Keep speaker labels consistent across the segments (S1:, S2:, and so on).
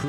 S1: ク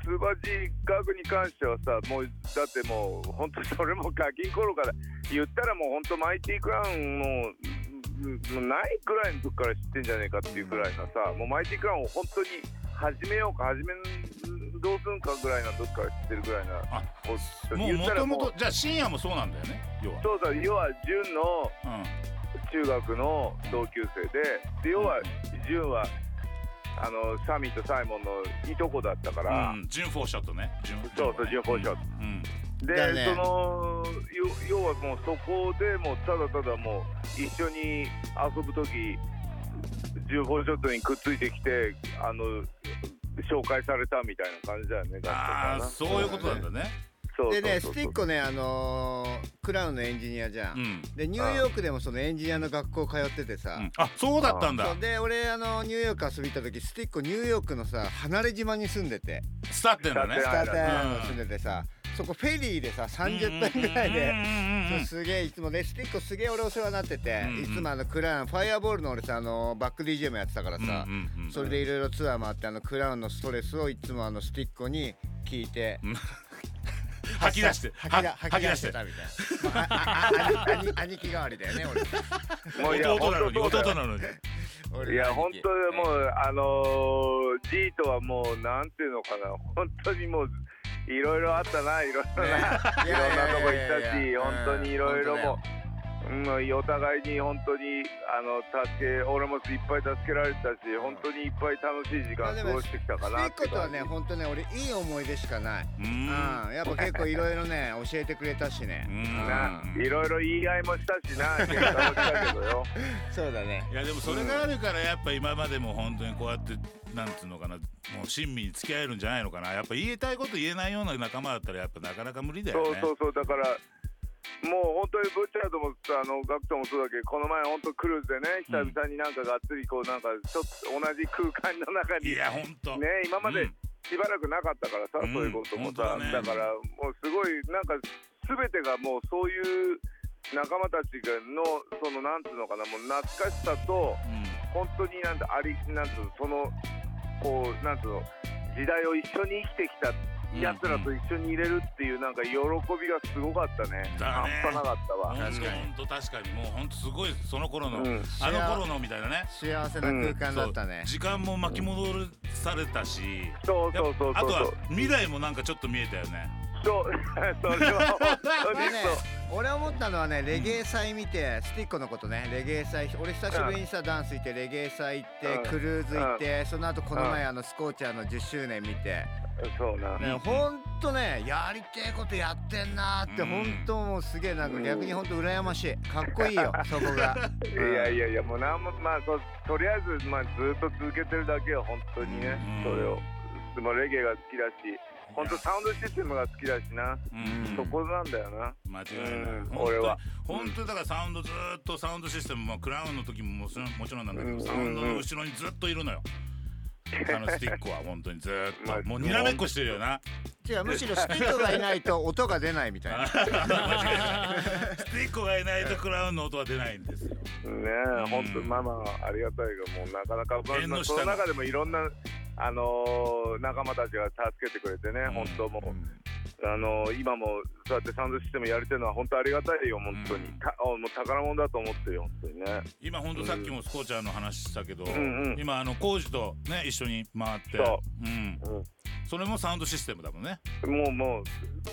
S2: スーパージー学に関してはさ、もう、だってもう、本当それもガキン頃から、言ったらもう、本当マイティクラウンも、もうないくらいの時から知ってんじゃねえかっていうくらいのさ、もうマイティクラウンを本当に始めようか、始めるどうすんかぐらいなどっから知ってるぐらいな
S3: あ
S2: こう
S3: もう
S2: 言っ
S3: も
S2: たら
S3: と
S2: も
S3: も
S2: う
S3: とじゃあ深夜もそうなんだよね要は
S2: そうだ要は純の中学の同級生でで要は純はあのサミーとサイモンのいとこだったか
S3: う
S2: ら、
S3: ん、うん、純フォーショットね純
S2: そうそう純フォーショッ
S3: トうん
S4: だ
S2: で、
S4: ね
S2: そのよ要はもうそこでもうただただもう一緒に遊ぶ時重宝ショットにくっついてきてあの紹介されたみたいな感じだよね
S3: ああそういうことなんだね
S2: そう
S4: でね
S2: そうそ
S4: ス
S2: う
S4: ティッコねあのークラウンのエンジニアじゃ、
S3: うんん、
S4: でニューヨークでもそのエンジニアの学校通っててさ
S3: う、ん、あそうだったんだ
S4: そうで俺あのニューヨーク遊び行った時スティッコニューヨークのさ離れ島に住んでて
S3: スタってんだね
S2: ス
S4: ス
S2: タ
S4: タ
S2: は
S4: ー
S2: い
S4: タ
S2: はい
S4: ーアイランドに住んでてさそこフェリーでさ30分ぐらいで。そうすげえいつもねスティックすげえ俺お世話になってて、
S3: うんうん
S4: いつもあのクラウンファイアボールの俺さあのバック DJ もやってたからさ、それでいろいろツアー回ってあのクラウンのストレスをいつもあのスティックに聞いて
S3: 吐き出して
S4: 吐きだ
S3: は
S4: 吐き出してたみたいな、まああああ兄兄貴代わりだよね
S2: もういや
S3: 弟なのに
S2: 本当そう
S3: 弟
S2: だよ
S3: なのに
S4: 俺俺
S2: いや本当にも
S4: う
S2: うあのー、G とはもうなんていうのかな本当にもういろいろあったないろいろな、 いろんなとこ行ったし本当にいろいろもうん、お互いに本当にあの助け俺もいっぱい助けられてたし本当にいっぱい楽しい時間過ごしてきたか
S4: ステ
S2: な
S4: ィ
S2: っ
S4: ッ
S2: て
S4: クとは
S2: 感じ
S4: ね本当ね俺いい思い出しかない、
S3: う
S4: うん
S3: ん
S4: やっぱ結構いろいろね教えてくれたしね、
S3: うん
S2: ないろいろ言い合いもしたしな喧嘩もしたけどよ
S4: そうだね
S3: いやでもそれがあるからやっぱ今までも本当にこうやってなんつうのかなもう親身に付き合えるんじゃないのかなやっぱ言いたいこと言えないような仲間だったらやっぱなかなか無理だよね
S2: そうそうそうだからもう本当にブッチャーともあのガクトもそうだけどこの前本当クルーズでね久々になんかがっつりこうなんかちょっと同じ空間の中
S3: い
S2: に
S3: や本当
S2: ね今ま
S3: う
S2: で
S3: ん
S2: しばらくなかったからさ、
S3: うん
S2: そういうこともさ、
S3: 本当だね
S2: だからもうすごいなんか全てがもうそういう仲間たちがのそのなんつうのかなもう懐かしさと
S3: う
S2: 本当になんてありなんつうのそのこうなんつうの時代を一緒に生きてきた
S3: ん
S2: やつらと一緒にいれるっていうなんか喜びがすごかったね
S3: だね
S2: 半端なかったわ
S3: 本
S4: 確かに
S3: 当確かにもう本当すごいその頃の、
S2: うん
S3: あの頃のみたいなね
S4: 幸せな空間だったね、
S3: 時間も巻き戻されたし、
S2: そうそうそう
S3: あ
S2: そう
S3: と
S2: そ
S3: は
S2: う
S3: 未来もなんかちょっと見えたよね
S2: そうそれは本当
S4: で
S2: に
S4: ね
S2: そう、
S4: 俺思ったのはねレゲエ祭見て、スティッコのことねレゲエ祭俺久しぶりにさ、ダンス行ってレゲエ祭行って、
S2: うん
S4: クルーズ行って、その後この前、
S2: う
S4: あのスコーチャーの10周年見て、
S2: そうな、
S4: ねほんとねやりてえことやってんなーって、
S3: うん
S4: ほんともうすげえなんか
S2: うん
S4: 逆にほんと羨ましいかっこいいよそこ が
S2: いやいやいやもうなんもまあととりあえずまあずっと続けてるだけよ本当にね、
S3: うん
S2: それをでもレゲエが好きだし本当
S3: いや
S2: サウンドシステムが好きだしな、
S3: うん
S2: そこなんだよな
S3: 間違いない、
S2: うん
S3: 本当に
S2: 俺は
S3: 本当にだからサウンドずーっとサウンドシステムもクラウンの時ももちろんもちろんなんだけど、
S2: うん
S3: サウンドの後ろにずっといるのよ、あのスティックは本当にずーっと、
S2: まあ
S3: もうにらめっこしてるよな
S4: 違うむしろスティッコがいないと音が出ないみたいな
S3: 間違いない スティックがいないとクラウンの音は出ないんですよ
S2: ね
S3: うん
S2: え本当ママありがたいがもうなかなか
S3: 縁の
S2: まあ
S3: 下
S2: そ
S3: の
S2: の中でもいろんなあのー仲間たちが助けてくれてね、
S3: うん
S2: 本当もう、あのー今もそうやってサウンドシステムやれてるのは本当ありがたいよ本当に、
S3: うん
S2: たあもう宝物だと思ってるよ本当にね
S3: 今本当さっきもスコーちゃんの話したけど、
S2: んうん
S3: 今あの工事とね一緒に回って
S2: そ
S3: ん
S2: うん
S3: それもサウンドシステムだもんね
S2: もうもう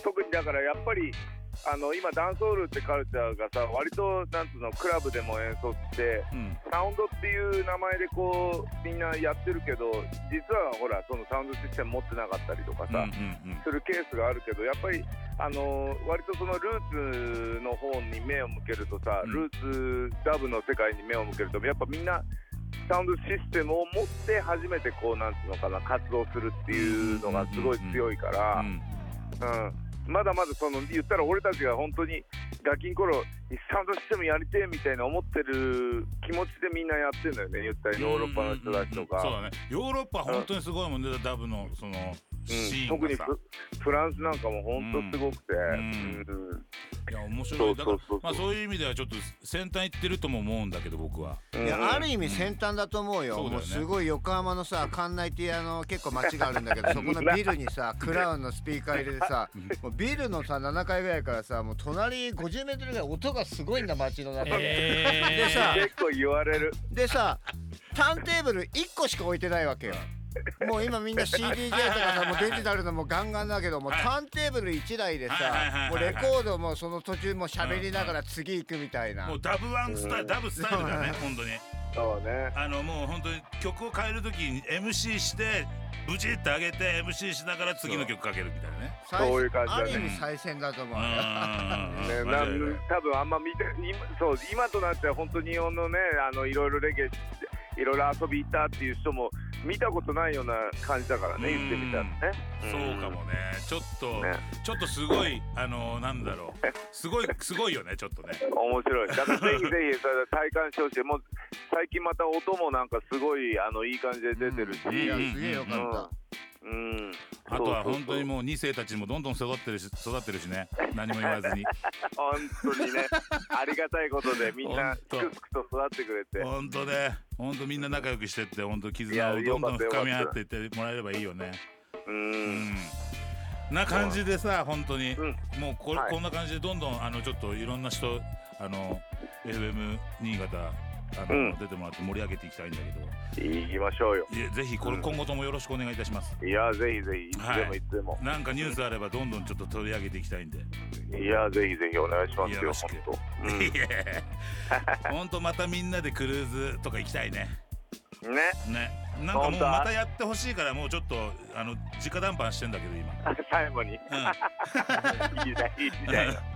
S2: 特にだからやっぱりあの今ダンスホールってカルチャーがさ割となんつうのクラブでも演奏して
S3: うん
S2: サウンドっていう名前でこうみんなやってるけど実はほらそのサウンドシステム持ってなかったりとか
S3: うんう
S2: さ、
S3: ん
S2: するケースがあるけどやっぱりあの割とそのルーツの方に目を向けるとさ、
S3: うん
S2: ルーツダブの世界に目を向けるとやっぱみんなサウンドシステムを持って初めてこうなんつうのかな活動するっていうのがすごい強いから。
S3: うんうん
S2: うん、まだまだその言ったら俺たちが本当にガキン頃サウンドシステムやりてえみたいな思ってる気持ちでみんなやってんだよね言ったらヨーロッパの人たち
S3: うんう
S2: と
S3: んうん
S2: か、
S3: そうだねヨーロッパ本当にすごいもんね、ダブのその
S2: うん
S3: シーン
S2: 特に
S3: がさ、
S2: フフランスなんかも本当すごくて、
S3: ん
S2: うん
S3: いや面白い
S2: そう
S3: だ
S2: そ
S3: から
S2: うそうそう
S3: まあそういう意味ではちょっと先端行ってるとも思うんだけど僕は、
S2: うん
S4: いやある意味先端だと思うよ,、
S3: そうだよね
S4: もうすごい横浜のさ館内っていうあの結構街があるん だけどそこのビルにさクラウンのスピーカー入れてさもうビルのさ7階ぐらいからさもう隣5 0ルぐらい音がすごいんだ 街の中で、
S5: え
S4: でさ
S2: 結構言われる
S4: でさターンテーブル1個しか置いてないわけよもう今みんな CDJ とかさもうデジタルのもうガンガンだけどもう
S3: はい
S4: ターンテーブル1台でさ
S3: はいはいはいはい
S4: もうレコードもその途中もう喋りながら次行くみたいな
S3: もうダブワンスタイルダブスタイルだね本当に
S2: そうね
S3: あのもう本当に曲を変える時に MC してブチッと上げて MC しながら次の曲かけるみたいなね
S4: 最
S2: そういう感じだ
S4: あ
S2: ね
S4: る意味最先だと思う、
S3: うんうん
S2: ね、
S3: うん
S2: な
S3: 間
S2: ん
S3: 違いない
S2: 多分あんま見て今そう今となっては本当に日本のねあのいろいろレゲエいろいろ遊び行ったっていう人も見たことないような感じだからね
S3: うん
S2: 言ってみたらね
S3: そうかもねちょっと、
S2: ね
S3: ちょっとすごいあのなんだろうすごいすごいよねちょっとね
S2: 面白いだからぜひぜひそれ体感してほしいもう最近また音もなんかすごいあのいい感じで出てるし、
S4: うんいやすげえよか
S2: うんう
S4: っ
S2: ん
S3: あとは
S2: そうそうそ
S3: 本
S2: う
S3: 当にもう二世たちもどんどん育ってるし育ってるしね何も言わずに
S2: 本当にねありがたいことでみんな
S3: 本
S2: す
S3: 当
S2: くすくと育ってくれて
S3: 本当ね本当みんな仲良くしてって本当
S2: い
S3: 絆
S2: や
S3: をどんどん
S2: よかった
S3: 深
S2: よ
S3: め合
S2: か
S3: っ
S2: った
S3: ていってもらえればいいよね
S2: う
S3: うんんな感じでさ本当に、
S2: うん
S3: もうこ,、
S2: はい
S3: こんな感じでどんどんあのちょっといろんな人あの FM 新潟あの、
S2: うん
S3: 出てもらって盛り上げていきたいんだけど
S2: 行きましょうよ
S3: いやぜひこれ
S2: うん
S3: 今後ともよろしくお願いいたします、
S2: いやぜひぜひいつで
S3: は
S2: も
S3: い
S2: いつでも、
S3: なんかニュースあればどんどんちょっと取り上げていきたいんで、
S2: い、やぜひぜひお願いします
S3: よ
S2: よ
S3: ろし
S2: 本
S3: く
S2: 当、うん、
S3: い
S2: ね
S3: やほんとまたみんなでクルーズとか行きたいねねなんかも
S2: ほ
S3: うん
S2: と
S3: またやってほしいからもうちょっとあの直談判してんだけど今、
S2: 最後にいいね いいね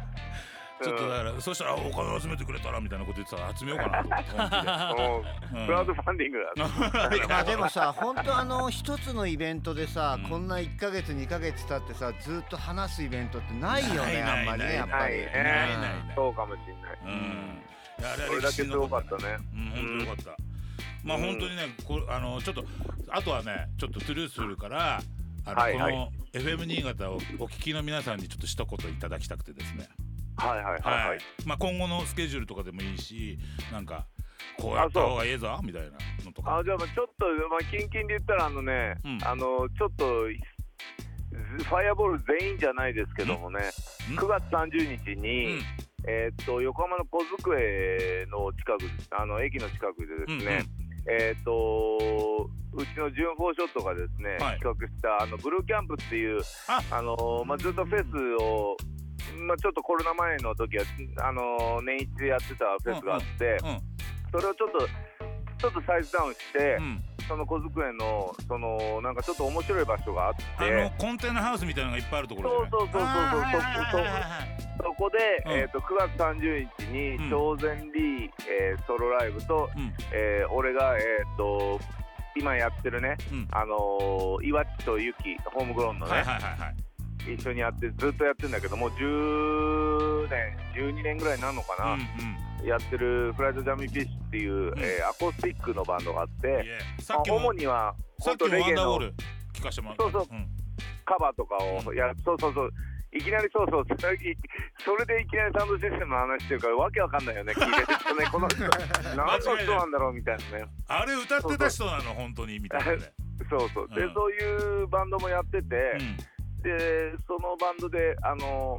S3: うん、 ちょっとだから、そしたらあお金集めてくれたらみたいなこと言ってたら集めようかなと思って
S2: もう
S3: うん
S2: クラウドファンディングだ、
S4: たいやでもさ本当あの一つのイベントでさ、こんな1ヶ月2ヶ月経ってさずっと話すイベントってないよ
S3: な
S4: ね
S3: い
S4: あんまり
S3: な
S4: ね
S3: い
S4: やっぱり、
S2: ないね
S3: ないないない
S2: そうかもしんない、
S3: うんいやあれは
S2: それだ
S3: 歴
S2: け
S3: 史
S2: す
S3: に
S2: ご
S3: 残
S2: か
S3: っ
S2: ったたね
S3: うん、本当よかった。まあ、
S2: うん
S3: 本当にね、こあの、ちょっと、あとはね、ちょっとトゥルースするから。あの、
S2: はいはい
S3: この FM 新潟をお聞きの皆さんにちょっと一言いただきたくてですね。
S2: はいはいはいはい、
S3: まあ今後のスケジュールとかでもいいし、なんかこうやった方がええぞみたいなのとか
S2: あ。じゃあまあちょっと、まあ、キンキンで言ったらあのね、
S3: うん
S2: あのちょっとずファイアボール全員じゃないですけどもね
S3: んん
S2: 9月30日
S3: う
S2: に、
S3: ん
S2: えーっと横浜の小机の近くあの駅の近くでですね、えーっとうちの純フォーショットがですね、
S3: はい
S2: 企画したあのブルーキャンプっていう
S3: あ
S2: あのーまあ、ずっとフェスを、まあ、ちょっとコロナ前の時はあのー年一でやってたフェスがあって、
S3: うんうん
S2: それをちょっとちょっとサイズダウンして、
S3: うん。
S2: その小机のそのなんかちょっと面白い場所があって
S3: あのコンテナハウスみたいなのがいっぱいあるところじゃない。
S2: そうそうそうそう
S3: あー
S2: そう
S3: はいはいはいはいはい
S2: そこで、
S3: うん
S2: えー、と9月30日に
S3: うん
S2: 超前リー、えーソロライブと、
S3: うん
S2: えー俺が、えー、と今やってるね、
S3: うん
S2: あのー、岩地とユキホームグローンのね、
S3: はいはいはいはい。
S2: 一緒にやってずっとやってるんだけどもう10年12年ぐらいになるのかな、
S3: うんうん
S2: やってるフライドジャミーフィッシュっていう、えーアコースティックのバンドがあって、
S3: いえ
S2: ま
S3: さ
S2: あ
S3: っきも
S2: 主には
S3: さっき
S2: 本当
S3: も
S2: レ
S3: ワ
S2: ゲ
S3: ン
S2: エ
S3: ダーボー
S2: の
S3: ル聞かせてもらった。
S2: そうそ
S3: ん
S2: カバーとかをやそうそうそういきなりそうそうそれいそれでいきなりサウンドシステムの話してるからわけわかんないよね聞 いてるとねこの人何の人なんだろうみたいなね
S3: あれ歌ってた人なの本当にみたいなね。
S2: そうそうで、
S3: うん
S2: そういうバンドもやってて、
S3: うん
S2: でそのバンドであの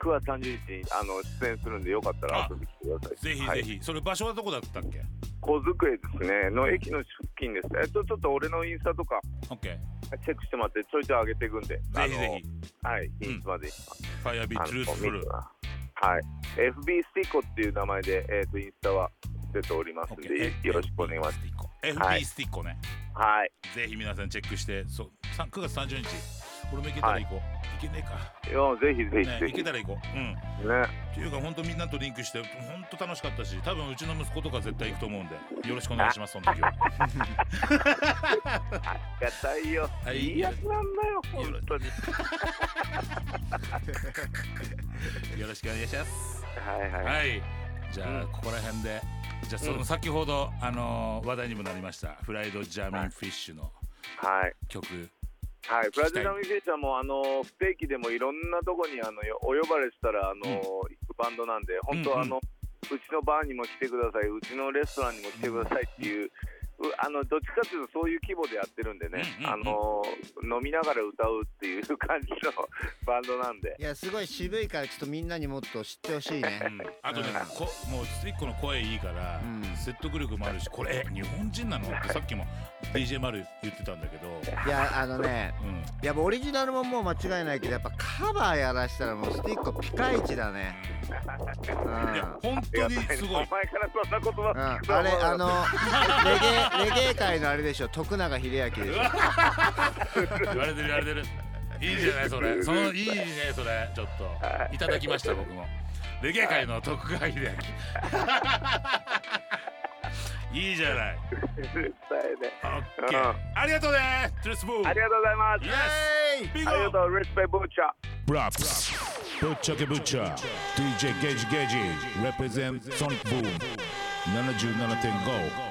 S2: 9月30日にあの出演するんでよかったら遊びに来てくださ
S3: ぜ
S2: い
S3: ひ
S2: はい
S3: ぜひ、それ場所はどこだったっけ
S2: 小机ですねの駅の付近ですえっとちょっと俺のインスタとか
S3: オッケ
S2: チェックしてもらってちょいちょい上げていくんでぜ
S3: ーぜひぜひ
S2: はい
S3: うん
S2: いつまで、
S3: ファイアビ
S2: あ
S3: ー
S2: の
S3: トゥルースフ
S2: 見
S3: ル
S2: てもらうはい FB スティコっていう名前で、えっとインスタは出ておりますんでよろしくお願いします
S3: す
S2: はい
S3: FB スティッコね、
S2: はい
S3: ぜひ皆さんチェックしてそうさ9月30日俺も行けたら行こう、行けね
S2: いやぜひ
S3: え
S2: ぜ
S3: か、
S2: ひ
S3: ね、
S2: ぜ
S3: 行
S2: ひ
S3: け
S2: ね
S3: たら行こううんっていうか本当みんなとリンクして本当楽しかったし多分うちの息子とか絶対行くと思うんでよろしくお願いしますその 時は
S2: ありがたいよ、、
S3: はいい
S2: いやつなんだよ本当に
S3: よろしくお願いします
S2: はいはい、
S3: はいじゃあ、
S2: うん
S3: ここら辺でじゃあその先ほど、あのー話題にもなりましたフライドジャーミンフィッシュの
S2: はい
S3: 曲、
S2: はい、
S3: きた
S2: ブラ
S3: い
S2: ジルのミュージシャンもあの不定期でもいろんなとこにあのよお呼ばれしたらあの、行くバンドなんで本
S3: うん
S2: 当
S3: うん
S2: あの、うちのバーにも来てくださいうちのレストランにも来てくださいっていう、うあのどっちかというとそういう規模でやってるんでね、
S3: うんうんうん
S2: あの飲みながら歌うっていう感じ のバンドなんで
S4: いやすごい渋いからちょっとみんなにもっと知ってほしいね
S3: うんあとね、こもう一個の声いいから、
S4: うん
S3: 説得力もあるしこれえ日本人なのってさっきも DJ 丸言ってたんだけど、
S4: いやあの ね
S3: うん、
S4: やっぱオリジナルももう間違いないけどやっぱカバーやらしたらもうスティックピカイチだねうん、うん、
S3: いや
S4: あ
S3: 本当にすごい
S2: お前からそんな言葉聞くとは
S4: れ
S2: 思わ
S4: あ
S2: なかっ
S4: のレゲエレゲエ界のあれでしょ徳永英明でしょ
S3: 言われてる言われてるいいじゃないそれそのいいねそれちょっといただきました僕もレゲエ界の徳川秀明いいじゃない
S2: た絶対ね
S3: オッケーありがとうねトゥルスボー
S2: ありがとうございます
S3: イエスビ
S2: あり
S3: ゴ
S2: がとうレスペブーチャー
S1: Props. Butcher ke Butcher. DJ Gage Gage. Represent Sonic Boom. 77.5